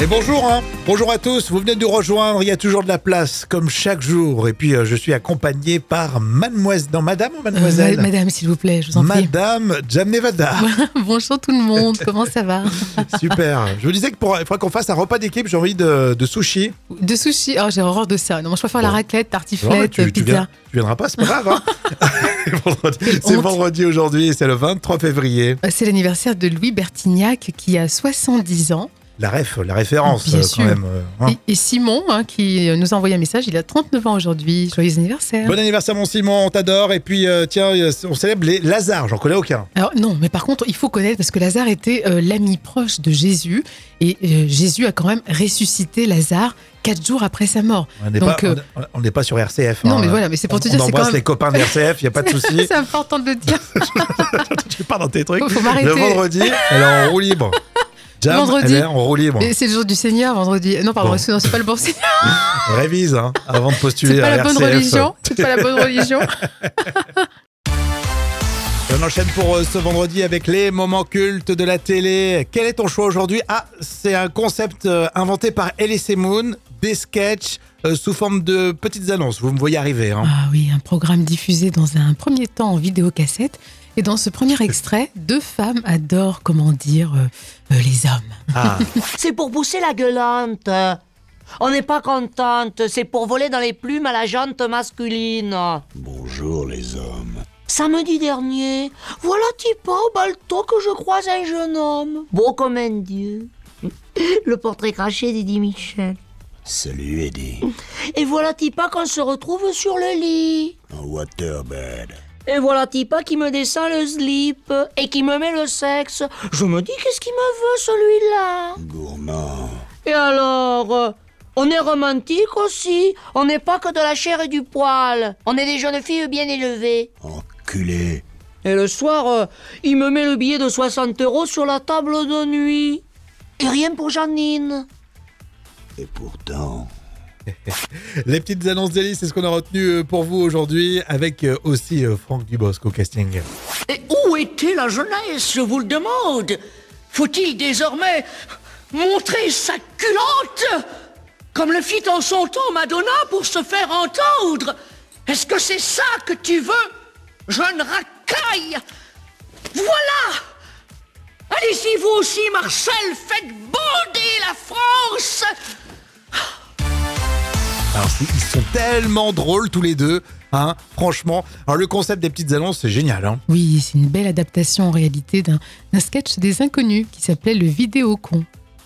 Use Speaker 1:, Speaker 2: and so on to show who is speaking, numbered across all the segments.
Speaker 1: Et bonjour, hein. bonjour à tous, vous venez de nous rejoindre, il y a toujours de la place, comme chaque jour. Et puis euh, je suis accompagné par mademoiselle, non, madame ou
Speaker 2: Euh,
Speaker 1: mademoiselle
Speaker 2: ma- madame, s'il vous plaît, je vous en prie.
Speaker 1: Madame Jamnevada.
Speaker 2: Bonjour tout le monde, comment ça va
Speaker 1: Super. Je vous disais que pour, il faudrait qu'on fasse un repas d'équipe, j'ai envie de, de sushi.
Speaker 2: De sushi, oh, j'ai horreur de ça. Non, moi je préfère la
Speaker 1: Bon.
Speaker 2: raclette,
Speaker 1: Non, mais
Speaker 2: tartiflette,
Speaker 1: tu, tu viens-
Speaker 2: pizza.
Speaker 1: tu viendras pas, c'est pas grave. hein. Vendredi-
Speaker 2: Quelle
Speaker 1: c'est
Speaker 2: honte.
Speaker 1: vendredi aujourd'hui, c'est le 23 février.
Speaker 2: Euh, C'est l'anniversaire de Louis Bertignac qui a 70 ans.
Speaker 1: La ref, la référence
Speaker 2: Bien
Speaker 1: euh, quand
Speaker 2: sûr.
Speaker 1: même. euh, hein.
Speaker 2: Et, et Simon hein, qui nous a envoyé un message, il a 39 ans aujourd'hui. Joyeux anniversaire.
Speaker 1: Bon anniversaire mon Simon, on t'adore. Et puis euh, tiens, euh, on célèbre les Lazare, j'en connais aucun.
Speaker 2: Alors non, mais par contre, il faut connaître parce que Lazare était euh, l'ami proche de Jésus et euh, Jésus a quand même ressuscité Lazare quatre jours après sa mort.
Speaker 1: On n'est pas,
Speaker 2: Donc, euh,
Speaker 1: on- on n'est pas sur RCF.
Speaker 2: non,
Speaker 1: hein.
Speaker 2: mais voilà, mais c'est pour
Speaker 1: on,
Speaker 2: te
Speaker 1: on
Speaker 2: dire, c'est
Speaker 1: embrasse
Speaker 2: quand
Speaker 1: les
Speaker 2: même.
Speaker 1: copains de RCF, il n'y a pas de souci.
Speaker 2: C'est important de le dire.
Speaker 1: tu pars dans tes trucs.
Speaker 2: Faut
Speaker 1: Le
Speaker 2: m'arrêter.
Speaker 1: vendredi, elle est en roue libre. Jam,
Speaker 2: Vendredi.
Speaker 1: elle est en roue libre.
Speaker 2: Mais C'est le jour du Seigneur, vendredi. Non, pardon,
Speaker 1: Bon.
Speaker 2: c'est non, c'est pas le bon Seigneur.
Speaker 1: Révise hein, avant de postuler
Speaker 2: C'est pas
Speaker 1: à
Speaker 2: la bonne
Speaker 1: RCF.
Speaker 2: religion. C'est pas la bonne religion.
Speaker 1: On enchaîne pour euh, ce vendredi avec les moments cultes de la télé. Quel est ton choix aujourd'hui Ah, c'est un concept euh, inventé par Elise Moon, des sketchs euh, sous forme de petites annonces. Vous me voyez arriver. Hein.
Speaker 2: Ah oui, un programme diffusé dans un premier temps en vidéocassette. Et dans ce premier extrait, deux femmes adorent, comment dire, euh, euh, les hommes.
Speaker 1: Ah,
Speaker 3: C'est pour pousser la gueulante. On n'est pas contente, c'est pour voler dans les plumes à la jante masculine.
Speaker 4: Bonjour les hommes.
Speaker 3: Samedi dernier, voilà Tipa au balto que je croise un jeune homme. Beau comme un dieu. Le portrait craché d'Eddie Michel.
Speaker 4: Salut Eddie.
Speaker 3: Et voilà Tipa qu'on se retrouve sur le lit.
Speaker 4: En waterbed.
Speaker 3: Et voilà Tipa qui me descend le slip et qui me met le sexe. Je me dis qu'est-ce qu'il me veut celui-là.
Speaker 4: Gourmand.
Speaker 3: Et alors euh, On est romantique aussi. On n'est pas que de la chair et du poil. On est des jeunes filles bien élevées.
Speaker 4: Enculé.
Speaker 3: Et le soir, euh, il me met le billet de 60 euros sur la table de nuit. Et rien pour Janine.
Speaker 4: Et pourtant.
Speaker 1: les petites annonces d'Elise, c'est ce qu'on a retenu euh, pour vous aujourd'hui, avec euh, aussi euh, Franck Dubosc au casting.
Speaker 5: Et où était la jeunesse, je vous le demande Faut-il désormais montrer sa culotte Comme le fit en son temps Madonna pour se faire entendre Est-ce que c'est ça que tu veux Jeune racaille Voilà Allez-y vous aussi Marcel, faites bander la France
Speaker 1: Alors, c'est- ils sont tellement drôles tous les deux, hein, franchement. Alors, le concept des petites annonces, c'est génial. Hein.
Speaker 2: Oui, c'est une belle adaptation en réalité d'un d'un sketch des inconnus qui s'appelait Le Vidéocon.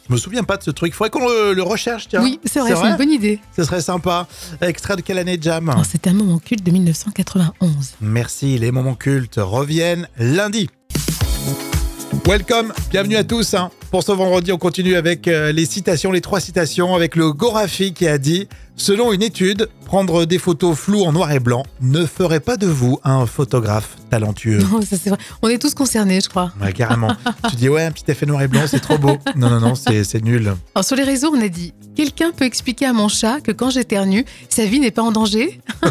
Speaker 1: Je me souviens pas de ce truc. Faudrait qu'on le, le recherche, tiens.
Speaker 2: Oui, c'est vrai, c'est une bonne idée.
Speaker 1: Ce serait sympa. Extrait de quelle année, Jam
Speaker 2: Alors, C'est un moment culte de 1991.
Speaker 1: Merci, les moments cultes reviennent lundi. Welcome, bienvenue à tous. hein. Pour ce vendredi, on continue avec euh, les citations, les trois citations, avec le Gorafi qui a dit Selon une étude, prendre des photos floues en noir et blanc ne ferait pas de vous un photographe talentueux.
Speaker 2: Non, ça, c'est vrai. On est tous concernés, je crois.
Speaker 1: Ouais, carrément. tu dis ouais, un petit effet noir et blanc, c'est trop beau. Non, non, non, c'est c'est nul.
Speaker 2: Alors, sur les réseaux, on a dit Quelqu'un peut expliquer à mon chat que quand j'éternue, sa vie n'est pas en danger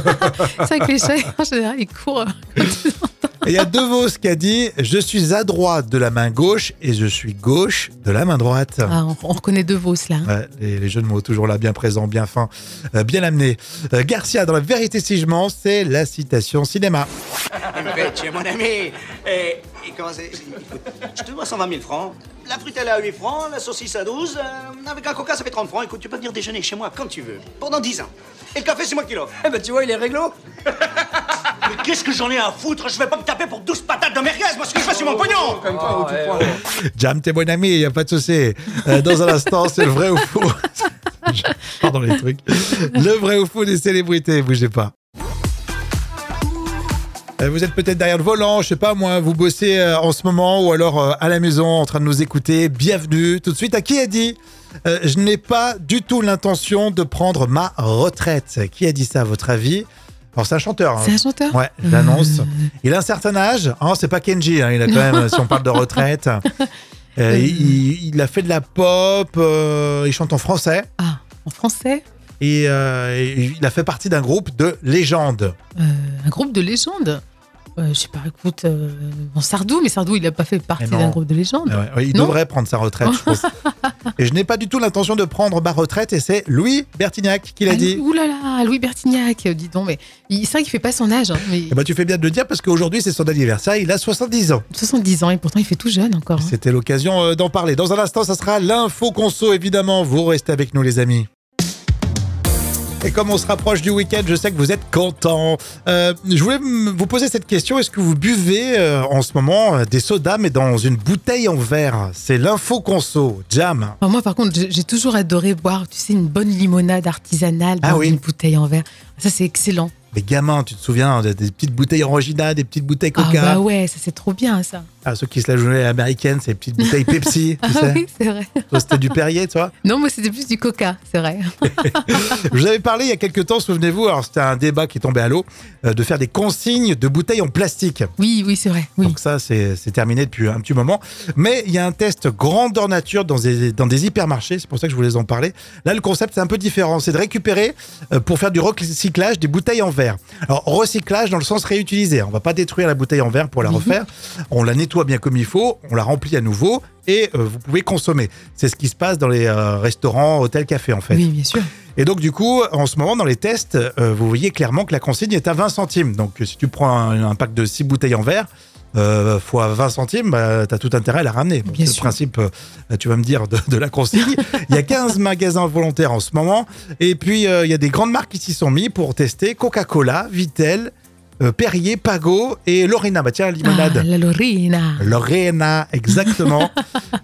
Speaker 2: C'est vrai que les chats, en général, ils courent.
Speaker 1: Et il y a DeVos qui a dit Je suis à droite de la main gauche et je suis gauche de la main droite.
Speaker 2: Ah, on, on reconnaît De Vos, là.
Speaker 1: Ouais, les, les jeux de mots toujours là, bien présents, bien fins, euh, bien amenés. Euh, Garcia, dans La vérité si je mens, c'est la citation cinéma.
Speaker 6: Mais Ah, tu es mon ami. Et, et comment c'est Je te dois 120 000 francs. La frutelle à 8 francs, la saucisse à 12. euh, avec un coca, ça fait 30 francs. Écoute, tu peux venir déjeuner chez moi quand tu veux. Pendant 10 ans. Et le café, c'est moi qui l'offre. Eh ben, tu vois, il est réglo. Mais qu'est-ce que j'en ai à foutre Je vais pas me taper pour 12 patates de merguez. Moi, ce que je fais, c'est mon pognon.
Speaker 1: Jam, t'es mon ami, il n'y a pas de souci. Euh, dans un instant, c'est le vrai ou faux. Je pars dans les trucs. Le vrai ou faux des célébrités, bougez pas. Euh, Vous êtes peut-être derrière le volant, je sais pas moi, vous bossez euh, en ce moment ou alors euh, à la maison en train de nous écouter. Bienvenue tout de suite à qui a dit euh, Je n'ai pas du tout l'intention de prendre ma retraite. Qui a dit ça à votre avis Alors c'est un chanteur. hein.
Speaker 2: C'est un chanteur Euh,
Speaker 1: Ouais, je
Speaker 2: Mmh.
Speaker 1: l'annonce. Il a un certain âge, hein, c'est pas Kenji, hein, il a quand même, si on parle de retraite. Euh, il, il a fait de la pop, euh, il chante en français
Speaker 2: Ah, en français
Speaker 1: et euh, et il a fait partie d'un groupe de légendes.
Speaker 2: Euh, Un groupe de légendes Euh, Je sais pas, écoute, euh, bon, Sardou, mais Sardou, il n'a pas fait partie
Speaker 1: non.
Speaker 2: d'un groupe de légendes.
Speaker 1: Ah ouais, ouais, il
Speaker 2: Non
Speaker 1: devrait prendre sa retraite, je pense. Et je n'ai pas du tout l'intention de prendre ma retraite. Et c'est Louis Bertignac qui l'a
Speaker 2: Ah,
Speaker 1: dit.
Speaker 2: Louis- Ouh là là, Louis Bertignac, euh, dis donc, mais il- c'est vrai qu'il fait pas son âge, hein, mais
Speaker 1: Eh ben, tu fais bien de le dire parce qu'aujourd'hui, c'est son anniversaire. Il a 70 ans.
Speaker 2: 70 ans et pourtant il fait tout jeune encore. hein.
Speaker 1: C'était l'occasion euh, d'en parler. Dans un instant, ça sera l'info conso, évidemment. Vous restez avec nous, les amis. Et comme on se rapproche du week-end, je sais que vous êtes contents. Euh, je voulais mm, vous poser cette question. Est-ce que vous buvez euh, en ce moment euh, des sodas, mais dans une bouteille en verre C'est l'info conso, jam.
Speaker 2: Alors moi, par contre, j'ai j'ai toujours adoré boire, tu sais, une bonne limonade artisanale
Speaker 1: Ah
Speaker 2: dans
Speaker 1: oui.
Speaker 2: une bouteille en verre. Ça, c'est excellent.
Speaker 1: Les gamins, tu te souviens, des des petites bouteilles Orangina, des petites bouteilles Coca.
Speaker 2: Ah bah ouais, ça c'est trop bien ça.
Speaker 1: Ah, ceux qui se la jouaient à l'américaine, c'est les petites bouteilles Pepsi, tu
Speaker 2: Ah
Speaker 1: sais.
Speaker 2: oui, c'est vrai.
Speaker 1: Toi, c'était du Perrier, toi.
Speaker 2: Non, moi c'était plus du coca, c'est vrai.
Speaker 1: Je vous avais parlé il y a quelques temps, souvenez-vous, alors c'était un débat qui tombait à l'eau, euh, de faire des consignes de bouteilles en plastique.
Speaker 2: Oui, oui, c'est vrai. Oui.
Speaker 1: Donc ça, c'est c'est terminé depuis un petit moment. Mais il y a un test grandeur nature dans des, dans des hypermarchés, c'est pour ça que je voulais en parler. Là, le concept, c'est un peu différent. C'est de récupérer, euh, pour faire du recyclage, des bouteilles en verre. Alors, recyclage dans le sens réutilisé. On va pas détruire la bouteille en verre pour la refaire. On la nettoie bien comme il faut, on la remplit à nouveau et euh, vous pouvez consommer. C'est ce qui se passe dans les euh, restaurants, hôtels, cafés, en fait.
Speaker 2: Oui, bien sûr.
Speaker 1: Et donc, du coup, en ce moment, dans les tests, euh, vous voyez clairement que la consigne est à 20 centimes. Donc, si tu prends un, un pack de 6 bouteilles en verre, euh, fois 20 centimes, bah, t'as tout intérêt à la ramener. Bon,
Speaker 2: Bien
Speaker 1: c'est le
Speaker 2: sûr.
Speaker 1: principe, euh, tu vas me dire, de, de la consigne. il y a 15 magasins volontaires en ce moment. Et puis, euh, il y a des grandes marques qui s'y sont mis pour tester Coca-Cola, Vitel, euh, Perrier, Pago et Lorena. Bah, tiens, limonade.
Speaker 2: Ah, la Lorina.
Speaker 1: Lorena, exactement.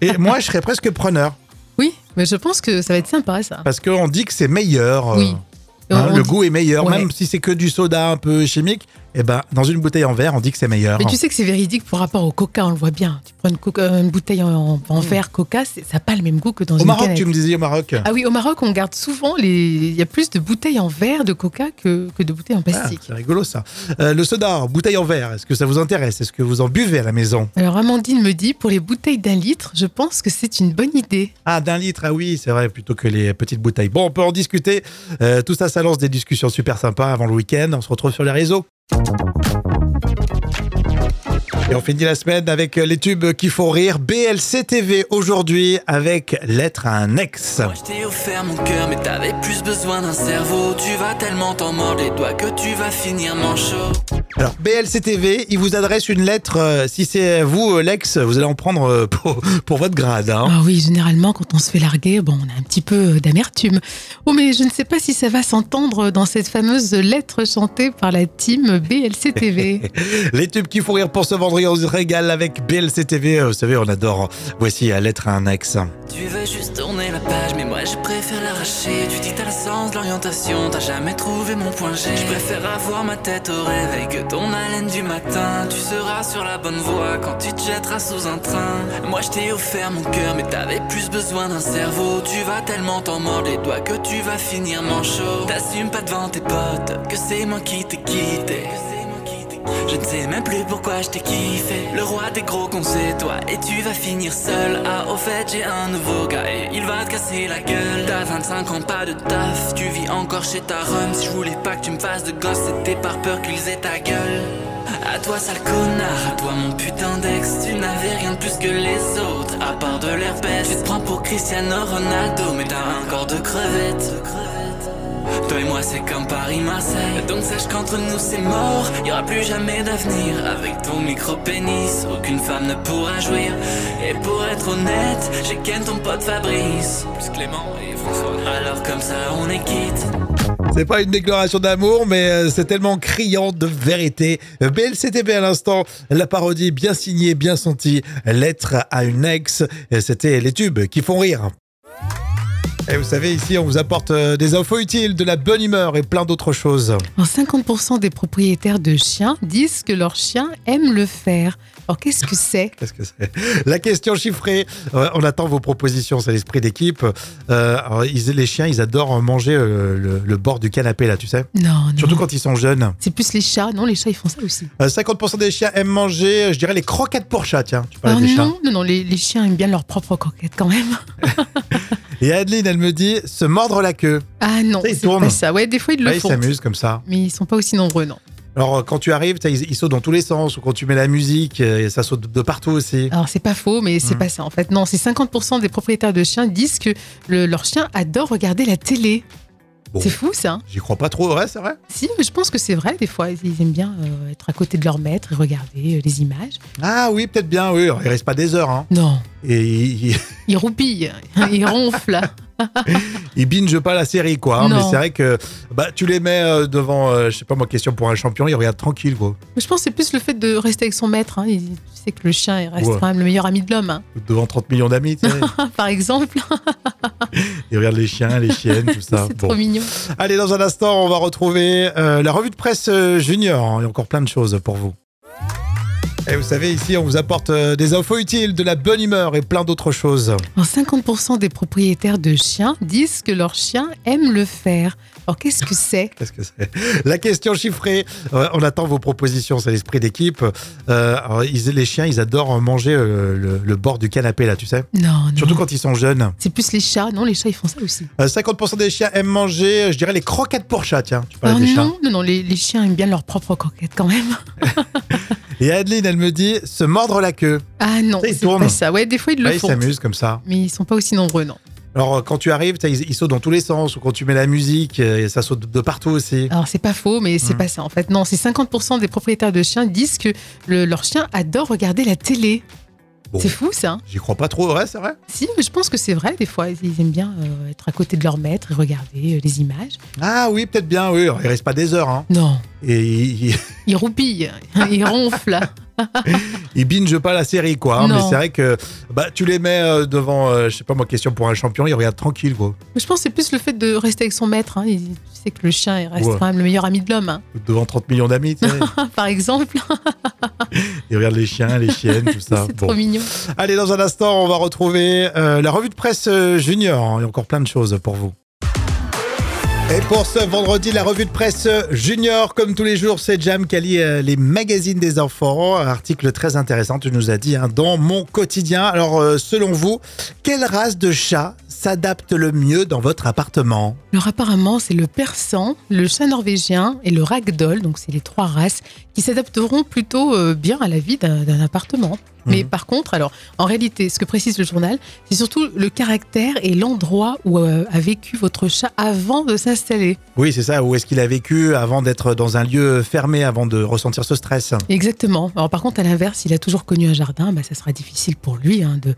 Speaker 1: et moi, je serais presque preneur
Speaker 2: Oui, mais je pense que ça va être sympa ça.
Speaker 1: parce qu'on dit que c'est meilleur. euh,
Speaker 2: Oui.
Speaker 1: Hein,
Speaker 2: On
Speaker 1: le
Speaker 2: dit-
Speaker 1: goût est meilleur,
Speaker 2: Ouais.
Speaker 1: même si c'est que du soda un peu chimique. Et ben, dans une bouteille en verre, on dit que c'est meilleur.
Speaker 2: Mais tu sais que c'est véridique par rapport au coca, on le voit bien. Tu prends une, coca- euh, une bouteille en, en verre coca, c'est- ça n'a pas le même goût que dans
Speaker 1: Mm. au
Speaker 2: une
Speaker 1: Maroc,
Speaker 2: canette.
Speaker 1: tu me disais au Maroc.
Speaker 2: Ah oui, au Maroc, on garde souvent les. Il y a plus de bouteilles en verre de coca que, que de bouteilles en
Speaker 1: Ah,
Speaker 2: plastique.
Speaker 1: c'est rigolo ça. Euh, le soda, en bouteille en verre, est-ce que ça vous intéresse Est-ce que vous en buvez à la maison
Speaker 2: Alors Amandine me dit, pour les bouteilles d'un litre, je pense que c'est une bonne idée.
Speaker 1: Ah, d'un litre, ah oui, c'est vrai, plutôt que les petites bouteilles. Bon, on peut en discuter. Euh, tout ça, ça lance des discussions super sympas avant le week-end. On se retrouve sur les réseaux. Et on finit la semaine avec les tubes qui font rire. BLC TV aujourd'hui avec Lettre à un ex.
Speaker 7: Moi je t'ai offert mon cœur mais t'avais plus besoin d'un cerveau Tu vas tellement t'en mordre les doigts que tu vas finir manchot
Speaker 1: Alors, BLCTV, il vous adresse une lettre. euh, si c'est vous, euh, Lex, vous allez en prendre euh, pour, pour votre grade. hein.
Speaker 2: Ah oui, généralement, quand on se fait larguer, bon, on a un petit peu euh, d'amertume. Oh, mais je ne sais pas si ça va s'entendre dans cette fameuse lettre chantée par la team BLCTV.
Speaker 1: Les tubes qui font rire pour ce vendredi, on se régale avec BLCTV. euh, Vous savez, on adore. Voici euh, Lettre à un ex.
Speaker 7: Tu veux juste tourner la page mais moi je préfère l'arracher Tu dis t'as le sens de l'orientation, t'as jamais trouvé mon point G Je préfère avoir ma tête au réveil que ton haleine du matin Tu seras sur la bonne voie quand tu te jetteras sous un train Moi je t'ai offert mon cœur mais t'avais plus besoin d'un cerveau Tu vas tellement t'en mordre les doigts que tu vas finir manchot T'assumes pas devant tes potes que c'est moi qui t'ai quitté Que c'est moi qui t'ai quitté. Je ne sais même plus pourquoi je t'ai kiffé Le roi des gros cons c'est toi Et tu vas finir seul Ah au fait j'ai un nouveau gars Et il va te casser la gueule T'as 25 ans pas de taf Tu vis encore chez ta rhum Si je voulais pas que tu me fasses de gosse C'était par peur qu'ils aient ta gueule à toi sale connard, à toi mon putain d'ex Tu n'avais rien de plus que les autres, à part de l'herpès Tu te prends pour Cristiano Ronaldo Mais t'as un corps de crevette, de crevette. Toi et moi c'est comme Paris-Marseille Donc sache qu'entre nous c'est mort y aura plus jamais d'avenir Avec ton micro-pénis Aucune femme ne pourra jouir Et pour être honnête J'ai ken ton pote Fabrice Plus Clément et François Alors comme ça on est quitte
Speaker 1: C'est pas une déclaration d'amour, mais euh, c'est tellement criant de vérité. Euh, BLCTV à l'instant, la parodie bien signée, bien sentie. Lettre à une ex. Et C'était les tubes qui font rire. Et vous savez, ici, on vous apporte euh, des infos utiles, de la bonne humeur et plein d'autres choses.
Speaker 2: Alors, 50% des propriétaires de chiens disent que leur chien aime le faire. Alors, qu'est-ce que c'est
Speaker 1: Qu'est-ce que c'est La question chiffrée. Euh, on attend vos propositions, c'est l'esprit d'équipe. Euh, alors, ils- les chiens, ils adorent manger euh, le, le bord du canapé, là, tu sais.
Speaker 2: Non, non.
Speaker 1: Surtout quand ils sont jeunes.
Speaker 2: C'est plus les chats, non Les chats, ils font ça aussi.
Speaker 1: Euh, 50% des chiens aiment manger, euh, je dirais, les croquettes pour chat, tiens. Tu parlais
Speaker 2: Alors,
Speaker 1: des Ah, chats.
Speaker 2: Ah, Oh non, non, non, les, les chiens aiment bien leur propre croquette quand même.
Speaker 1: Et Adeline, elle me dit se mordre la queue.
Speaker 2: Ah non,
Speaker 1: Ça, ils
Speaker 2: c'est
Speaker 1: tournent.
Speaker 2: pas ça. Ouais, des fois, ils le
Speaker 1: Là, ils
Speaker 2: font.
Speaker 1: s'amusent comme ça.
Speaker 2: Mais ils sont pas aussi nombreux, non.
Speaker 1: Alors, euh, quand tu arrives, t'as- ils, ils sautent dans tous les sens. Ou quand tu mets la musique, euh, ça saute de partout aussi.
Speaker 2: Alors c'est pas faux, mais c'est
Speaker 1: Mm.
Speaker 2: pas ça en fait. Non, c'est 50% des propriétaires de chiens disent que le- leur chien adore regarder la télé.
Speaker 1: Bon.
Speaker 2: C'est fou ça.
Speaker 1: J'y crois pas trop, ouais, c'est vrai.
Speaker 2: Si, mais je pense que c'est vrai. Des fois, ils aiment bien euh, être à côté de leur maître et regarder euh, les images.
Speaker 1: Ah oui, peut-être bien, oui. Alors, Il reste pas des heures. Hein.
Speaker 2: Non,
Speaker 1: Et il, il,
Speaker 2: ils roupillent, hein, ils ronflent.
Speaker 1: il binge pas la série, quoi. hein.
Speaker 2: Non.
Speaker 1: Mais c'est vrai que bah, tu les mets euh, devant, euh, je sais pas moi, question pour un champion, ils regardent tranquille, quoi.
Speaker 2: Mais je pense que c'est plus le fait de rester avec son maître. hein. Il- Tu sais que le chien il reste
Speaker 1: Ouais.
Speaker 2: quand même le meilleur ami de l'homme, hein,
Speaker 1: Devant 30 millions d'amis, tu sais.
Speaker 2: par exemple. hein,
Speaker 1: ils regardent les chiens, les chiennes, tout ça. Ah,
Speaker 2: c'est
Speaker 1: Bon.
Speaker 2: trop mignon.
Speaker 1: Allez, dans un instant, on va retrouver euh, la revue de presse euh, junior hein, et encore plein de choses pour vous. Et vous savez, ici, on vous apporte euh, des infos utiles, de la bonne humeur et plein d'autres choses.
Speaker 2: Alors, 50% des propriétaires de chiens disent que leur chien aime le faire. Alors qu'est-ce que c'est
Speaker 1: Qu'est-ce que c'est La question chiffrée. Euh, on attend vos propositions, c'est l'esprit d'équipe. Euh, alors, ils- les chiens, ils adorent manger euh, le, le bord du canapé, là, tu sais.
Speaker 2: Non, non.
Speaker 1: Surtout quand ils sont jeunes.
Speaker 2: C'est plus les chats. Non, les chats, ils font ça aussi.
Speaker 1: Euh, 50% des chiens aiment manger, euh, je dirais, les croquettes pour chat, tiens. Tu parlais
Speaker 2: Ah
Speaker 1: des chats.
Speaker 2: non, non, non, les, les chiens aiment bien leur propre croquette quand même.
Speaker 1: Et Adeline, elle me dit se mordre la queue.
Speaker 2: Ah non,
Speaker 1: Ça, ils
Speaker 2: c'est
Speaker 1: tournent.
Speaker 2: pas ça. Ouais, des fois, ils le
Speaker 1: Là, ils
Speaker 2: font.
Speaker 1: s'amusent comme ça.
Speaker 2: mais ils sont pas aussi nombreux, non.
Speaker 1: Alors, euh, quand tu arrives, t'as- ils, ils sautent dans tous les sens. Ou quand tu mets la musique, euh, ça saute de partout aussi.
Speaker 2: Alors, c'est pas faux, mais c'est
Speaker 1: Mm.
Speaker 2: pas ça en fait. Non, c'est 50% des propriétaires de chiens disent que le- leur chien adore regarder la télé.
Speaker 1: Bon.
Speaker 2: C'est fou ça.
Speaker 1: J'y crois pas trop, ouais, c'est vrai.
Speaker 2: Si, mais je pense que c'est vrai. Des fois, ils aiment bien euh, être à côté de leur maître et regarder euh, les images.
Speaker 1: Ah oui, peut-être bien, oui. Alors, Il reste pas des heures. Hein.
Speaker 2: Non,
Speaker 1: Et il, il,
Speaker 2: ils roupillent, hein, ils ronflent.
Speaker 1: il binge pas la série, quoi. hein.
Speaker 2: Non.
Speaker 1: Mais c'est vrai que bah, tu les mets euh, devant, euh, je sais pas moi, question pour un champion, ils regardent tranquille, quoi.
Speaker 2: Mais je pense que c'est plus le fait de rester avec son maître. hein. Il- Tu sais que le chien, il reste
Speaker 1: Ouais.
Speaker 2: quand même le meilleur ami de l'homme, hein, Ah,
Speaker 1: Devant 30 millions d'amis, tu sais.
Speaker 2: par exemple.
Speaker 1: ils regardent les chiens, les chiennes, tout ça.
Speaker 2: c'est
Speaker 1: Ah, Bon.
Speaker 2: trop mignon.
Speaker 1: Allez, dans un instant, on va retrouver euh, la revue de presse euh, junior. hein, et encore plein de choses pour vous. Et pour ce vendredi, la revue de presse euh, junior, comme tous les jours, c'est Jam qui allie euh, les magazines des enfants. Article très intéressant, tu nous as dit, hein, dans mon quotidien. Alors, euh, selon vous, quelle race de chat s'adapte le mieux dans votre appartement
Speaker 2: Alors apparemment, c'est le persan, le chat norvégien et le ragdoll, donc c'est les trois races, qui s'adapteront plutôt euh, bien à la vie d'un d'un appartement. Mais
Speaker 1: Mhm.
Speaker 2: par contre, alors en réalité, ce que précise le journal, c'est surtout le caractère et l'endroit où euh, a vécu votre chat avant de s'installer.
Speaker 1: Oui, c'est ça, où est-ce qu'il a vécu avant d'être dans un lieu fermé, avant de ressentir ce stress
Speaker 2: Exactement. Alors par contre, à l'inverse, s'il a toujours connu un jardin, bah, ça sera difficile pour lui hein, de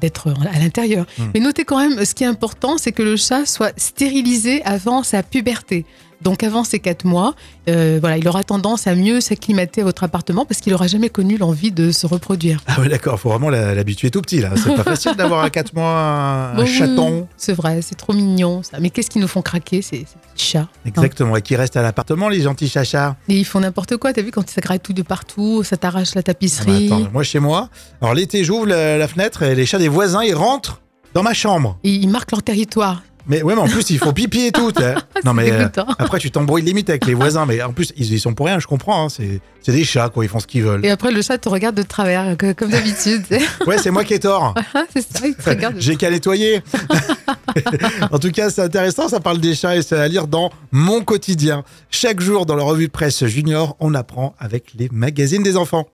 Speaker 2: d'être en- à l'intérieur.
Speaker 1: Mhm.
Speaker 2: Mais notez quand même, ce qui est important, c'est que le chat soit stérilisé avant sa puberté. Donc avant ses 4 mois, euh, voilà, il aura tendance à mieux s'acclimater à votre appartement parce qu'il n'aura jamais connu l'envie de se reproduire.
Speaker 1: Ah ouais, d'accord, faut vraiment la- l'habituer tout petit là. C'est pas facile d'avoir à 4 mois un
Speaker 2: Bon, oui,
Speaker 1: chaton.
Speaker 2: C'est vrai, c'est trop mignon ça. Mais qu'est-ce qui nous font craquer, ces, ces petits chats hein.
Speaker 1: Exactement, et qui restent à l'appartement, les gentils chachas.
Speaker 2: Et ils font n'importe quoi, t'as vu, quand ça gratouille de partout, ça t'arrache
Speaker 1: Ah
Speaker 2: la
Speaker 1: bah
Speaker 2: tapisserie.
Speaker 1: attends, mais moi chez moi, alors l'été j'ouvre la, la fenêtre et les chats des voisins ils rentrent dans ma chambre.
Speaker 2: et ils marquent leur territoire.
Speaker 1: Mais ouais, mais en plus ils font pipi et tout. t'sais. non
Speaker 2: C'est
Speaker 1: mais euh,
Speaker 2: dégoûtant.
Speaker 1: après tu t'embrouilles limite avec les voisins, mais en plus ils y sont pour rien, je comprends. hein, c'est c'est des chats quoi, ils font ce qu'ils veulent.
Speaker 2: Et après, le chat te regarde de travers, que- comme d'habitude.
Speaker 1: Ouais, c'est moi qui ai tort.
Speaker 2: Ah, c'est ça, il te regarde.
Speaker 1: J'ai qu'à nettoyer. en tout cas, c'est intéressant, ça parle des chats et c'est à lire dans Mon quotidien. Chaque jour dans la revue de presse junior, on apprend avec les magazines des enfants.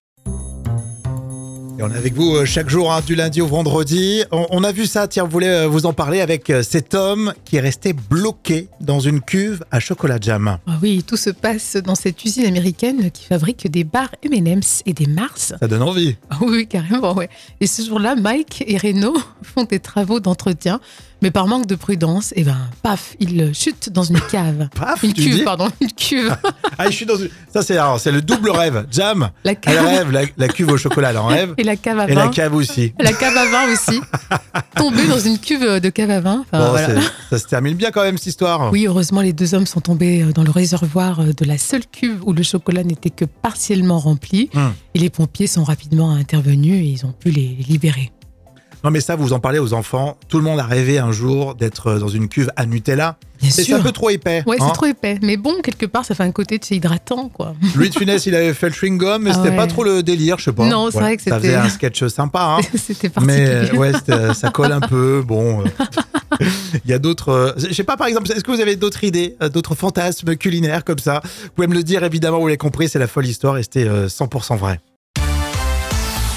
Speaker 1: Et on est avec vous euh, chaque jour, hein, du lundi au vendredi. On, on a vu ça, tiens, vous voulez euh, vous en parler avec euh, cet homme qui est resté bloqué dans une cuve à chocolat jam.
Speaker 2: Ah oui, tout se passe dans cette usine américaine qui fabrique des barres M&M's et des Mars.
Speaker 1: Ça donne envie.
Speaker 2: Ah oui, oui, carrément, ouais. Et ce jour-là, Mike et Reno font des travaux d'entretien, mais par manque de prudence, et ben, paf, ils chutent dans une cave.
Speaker 1: Paf,
Speaker 2: Une
Speaker 1: tu
Speaker 2: cuve,
Speaker 1: dis.
Speaker 2: pardon, une cuve.
Speaker 1: Ah, je suis dans une- Ça, c'est alors, c'est le double rêve. Jam,
Speaker 2: La
Speaker 1: elle
Speaker 2: cave
Speaker 1: rêve, la, la cuve au chocolat, elle en rêve.
Speaker 2: et la cave à
Speaker 1: Et la
Speaker 2: vin.
Speaker 1: cave aussi.
Speaker 2: La cave à vin aussi. Tombés dans une cuve de cave à vin. Enfin,
Speaker 1: Bon,
Speaker 2: Ah, voilà.
Speaker 1: c'est- ça se termine bien quand même cette histoire.
Speaker 2: Oui, heureusement, les deux hommes sont tombés euh, dans le réservoir euh, de la seule cuve où le chocolat n'était que partiellement rempli.
Speaker 1: Hmm.
Speaker 2: Et les pompiers sont rapidement intervenus et ils ont pu les les libérer.
Speaker 1: Non mais ça, vous en parlez aux enfants. Tout le monde a rêvé un jour d'être euh, dans une cuve à Nutella.
Speaker 2: Bien
Speaker 1: Et c'est
Speaker 2: sûr.
Speaker 1: un peu trop épais.
Speaker 2: Ouais,
Speaker 1: hein.
Speaker 2: c'est trop épais. Mais bon, quelque part, ça fait un côté tu sais, hydratant, quoi.
Speaker 1: Louis de Funès, il avait fait le chewing-gum, mais
Speaker 2: Ah
Speaker 1: c'était pas
Speaker 2: ouais.
Speaker 1: trop le délire, je sais pas.
Speaker 2: Non, c'est vrai que
Speaker 1: Ça
Speaker 2: c'était-
Speaker 1: faisait un sketch sympa, hein.
Speaker 2: C'était
Speaker 1: mais
Speaker 2: particulier.
Speaker 1: euh, ouais, c'était- ça colle un peu. Bon, euh, Il y a d'autres. euh, je sais pas, par exemple, est-ce que vous avez d'autres idées, euh, d'autres fantasmes culinaires comme ça Vous pouvez me le dire, évidemment, vous l'avez compris, c'est la folle histoire et c'était euh, 100% vrai.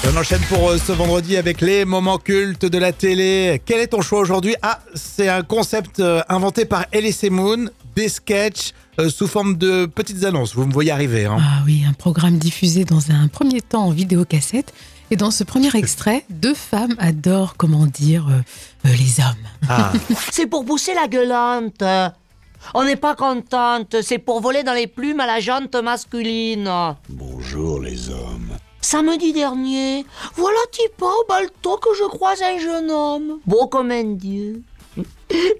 Speaker 1: Et on enchaîne pour euh, ce vendredi avec les moments cultes de la télé. Quel est ton choix aujourd'hui Ah, c'est un concept euh, inventé par Elise Moon, des sketchs euh, sous forme de petites annonces. Vous me voyez arriver. Hein.
Speaker 2: Ah oui, un programme diffusé dans un premier temps en vidéocassette. Et dans ce premier extrait, deux femmes adorent, comment dire, euh, euh, les hommes.
Speaker 1: Ah,
Speaker 3: C'est pour pousser la gueulante. On n'est pas contente, c'est pour voler dans les plumes à la jante masculine.
Speaker 4: Bonjour les hommes.
Speaker 3: Samedi dernier, voilà Tipa au balto que je croise un jeune homme. Beau comme un dieu.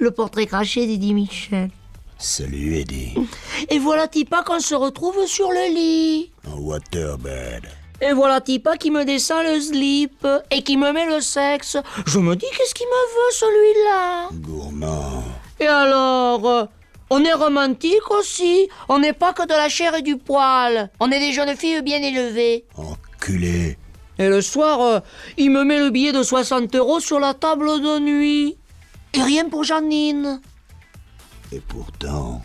Speaker 3: Le portrait craché d'Eddie Michel.
Speaker 4: Salut Eddie.
Speaker 3: Et voilà Tipa qu'on se retrouve sur le lit.
Speaker 4: En waterbed.
Speaker 3: Et voilà Tipa qui me descend le slip et qui me met le sexe. Je me dis qu'est-ce qu'il me veut celui-là.
Speaker 4: Gourmand.
Speaker 3: Et alors euh, On est romantique aussi. On n'est pas que de la chair et du poil. On est des jeunes filles bien élevées.
Speaker 4: Enculé.
Speaker 3: Et le soir, euh, il me met le billet de 60 euros sur la table de nuit. Et rien pour Janine.
Speaker 4: Et pourtant.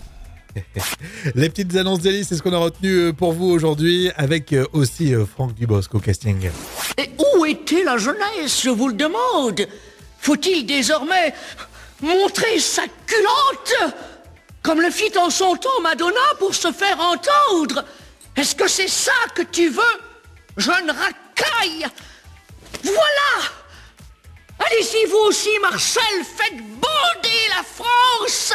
Speaker 1: les petites annonces d'Elise, c'est ce qu'on a retenu euh, pour vous aujourd'hui, avec euh, aussi euh, Franck Dubosc au casting.
Speaker 5: Et où était la jeunesse, je vous le demande Faut-il désormais montrer sa culotte Comme le fit en son temps Madonna pour se faire entendre Est-ce que c'est ça que tu veux Jeune racaille Voilà Allez-y vous aussi Marcel, faites bander la France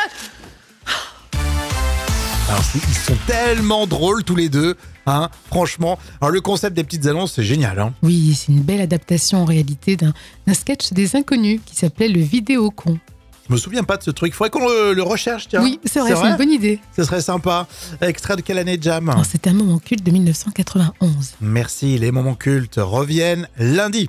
Speaker 1: Alors, c'est- ils sont tellement drôles tous les deux, hein, franchement. Alors, le concept des petites annonces, c'est génial. Hein.
Speaker 2: Oui, c'est une belle adaptation en réalité d'un d'un sketch des inconnus qui s'appelait Le Vidéocon.
Speaker 1: Je me souviens pas de ce truc. Faudrait qu'on le, le recherche, tiens.
Speaker 2: oui, c'est vrai, c'est une bonne idée.
Speaker 1: Ce serait sympa. Extrait de quelle année, Jam
Speaker 2: Alors, Ah, C'est un moment culte de 1991.
Speaker 1: Merci, les moments cultes reviennent lundi.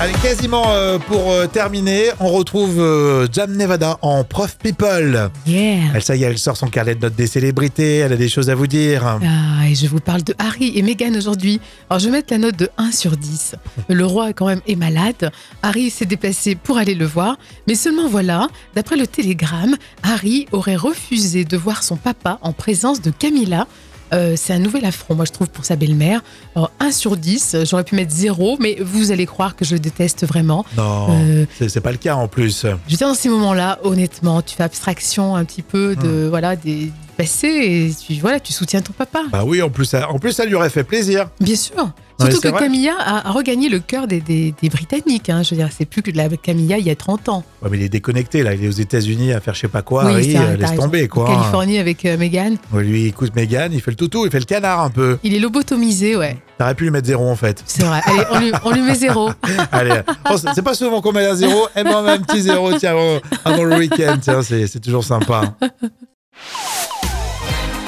Speaker 1: Allez, quasiment euh, pour euh, terminer, on retrouve euh, Jam Nevada en Prof People.
Speaker 2: Yeah
Speaker 1: Elle, ça y est, elle sort son carnet de notes des célébrités, elle a des choses à vous dire.
Speaker 2: Ah, et je vous parle de Harry et Meghan aujourd'hui. Alors, je vais mettre la note de 1 sur 10. Le roi, quand même, est malade. Harry s'est déplacé pour aller le voir. Mais seulement voilà, d'après le télégramme, Harry aurait refusé de voir son papa en présence de Camilla. Euh, c'est un nouvel affront, moi, je trouve, pour sa belle-mère. Alors, 1 sur 10, j'aurais pu mettre 0, mais vous allez croire que je le déteste vraiment.
Speaker 1: Non,
Speaker 2: Euh,
Speaker 1: c'est- c'est pas le cas en plus.
Speaker 2: Je veux dire, dans ces moments-là, honnêtement, tu fais abstraction un petit peu
Speaker 1: Hmm.
Speaker 2: de, voilà, des du passé et tu, voilà, tu soutiens ton papa.
Speaker 1: Bah oui, en plus, ça, en plus, ça lui aurait fait plaisir.
Speaker 2: Bien sûr.
Speaker 1: mais
Speaker 2: Surtout
Speaker 1: c'est
Speaker 2: que
Speaker 1: vrai.
Speaker 2: Camilla a a regagné le cœur des, des- des Britanniques. hein. Je veux dire, c'est plus que de la Camilla il y a 30 ans.
Speaker 1: Ouais, mais il est déconnecté, là. Il est aux États-Unis à faire je sais pas quoi.
Speaker 2: Oui,
Speaker 1: Harry,
Speaker 2: c'est vrai,
Speaker 1: euh,
Speaker 2: t'as
Speaker 1: laisse
Speaker 2: raison.
Speaker 1: tomber,
Speaker 2: En
Speaker 1: quoi.
Speaker 2: Californie avec euh, Meghan.
Speaker 1: Ouais, Lui, il écoute Megan, il fait le toutou, il fait le canard un peu.
Speaker 2: Il est lobotomisé, ouais.
Speaker 1: T'aurais pu lui mettre zéro, en fait.
Speaker 2: C'est vrai. Allez, on lui, on lui met zéro.
Speaker 1: Allez, oh, c'est- c'est pas souvent qu'on met un zéro. Eh ben, on met un petit zéro tiens, avant, avant le week-end. Tiens, c'est c'est toujours sympa.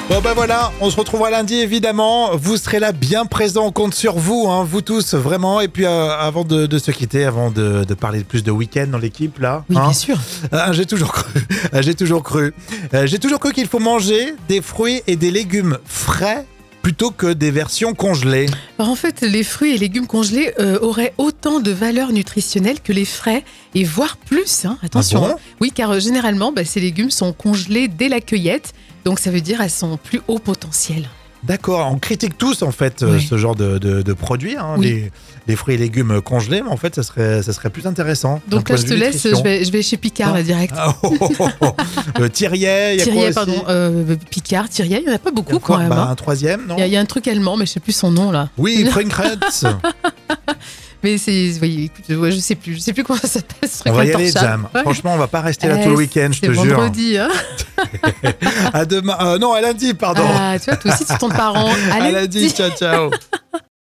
Speaker 1: Bon ben voilà, on se retrouvera lundi évidemment. Vous serez là bien présents, on compte sur vous, hein, vous tous vraiment. Et puis euh, avant de, de se quitter, avant de, de parler plus de week-end dans l'équipe là,
Speaker 2: Oui,
Speaker 1: hein,
Speaker 2: bien sûr.
Speaker 1: Ah, j'ai toujours cru. Ah, J'ai toujours cru. Euh, J'ai toujours cru qu'il faut manger des fruits et des légumes frais plutôt que des versions congelées.
Speaker 2: Alors, Bah, en fait, les fruits et légumes congelés euh, auraient autant de valeur nutritionnelle que les frais, et voire plus. hein. Attention.
Speaker 1: Ah bon
Speaker 2: hein. oui, car euh, généralement, bah, ces légumes sont congelés dès la cueillette. Donc, ça veut dire à son plus haut potentiel.
Speaker 1: D'accord, on critique tous en fait euh,
Speaker 2: Ouais.
Speaker 1: ce genre de, de- de produits, hein,
Speaker 2: Oui.
Speaker 1: les, les fruits et légumes congelés, mais en fait ça serait, ça serait plus intéressant. d'un
Speaker 2: Donc
Speaker 1: point
Speaker 2: là,
Speaker 1: de
Speaker 2: je te
Speaker 1: vue
Speaker 2: laisse.
Speaker 1: nutrition.
Speaker 2: Je vais, je vais chez Picard,
Speaker 1: Ah.
Speaker 2: là, direct.
Speaker 1: Ah, oh, oh, oh, oh. Le Thiriet, il y a quoi
Speaker 2: Thierry,
Speaker 1: aussi
Speaker 2: pardon, euh, Picard, Thierry, il n'y en a
Speaker 1: Il
Speaker 2: pas
Speaker 1: y a
Speaker 2: beaucoup
Speaker 1: quoi
Speaker 2: quand même.
Speaker 1: Bah,
Speaker 2: hein.
Speaker 1: Un troisième, non
Speaker 2: Il y, a- il y a un truc allemand, mais je sais plus son nom là.
Speaker 1: Oui, Prinkrets.
Speaker 2: Mais c'est, oui, écoute, je, je sais plus, je sais plus comment ça s'appelle ce truc.
Speaker 1: on va y aller,
Speaker 2: intorchable.
Speaker 1: Jam.
Speaker 2: Ouais.
Speaker 1: Franchement, on va pas rester là
Speaker 2: Eh,
Speaker 1: tout le week-end, je
Speaker 2: c'est
Speaker 1: te jure.
Speaker 2: vendredi, hein.
Speaker 1: À demain. euh, non, à lundi, pardon.
Speaker 2: Ah, tu vois, toi aussi, tu es ton parent.
Speaker 1: À
Speaker 2: Allez,
Speaker 1: lundi, ciao, ciao.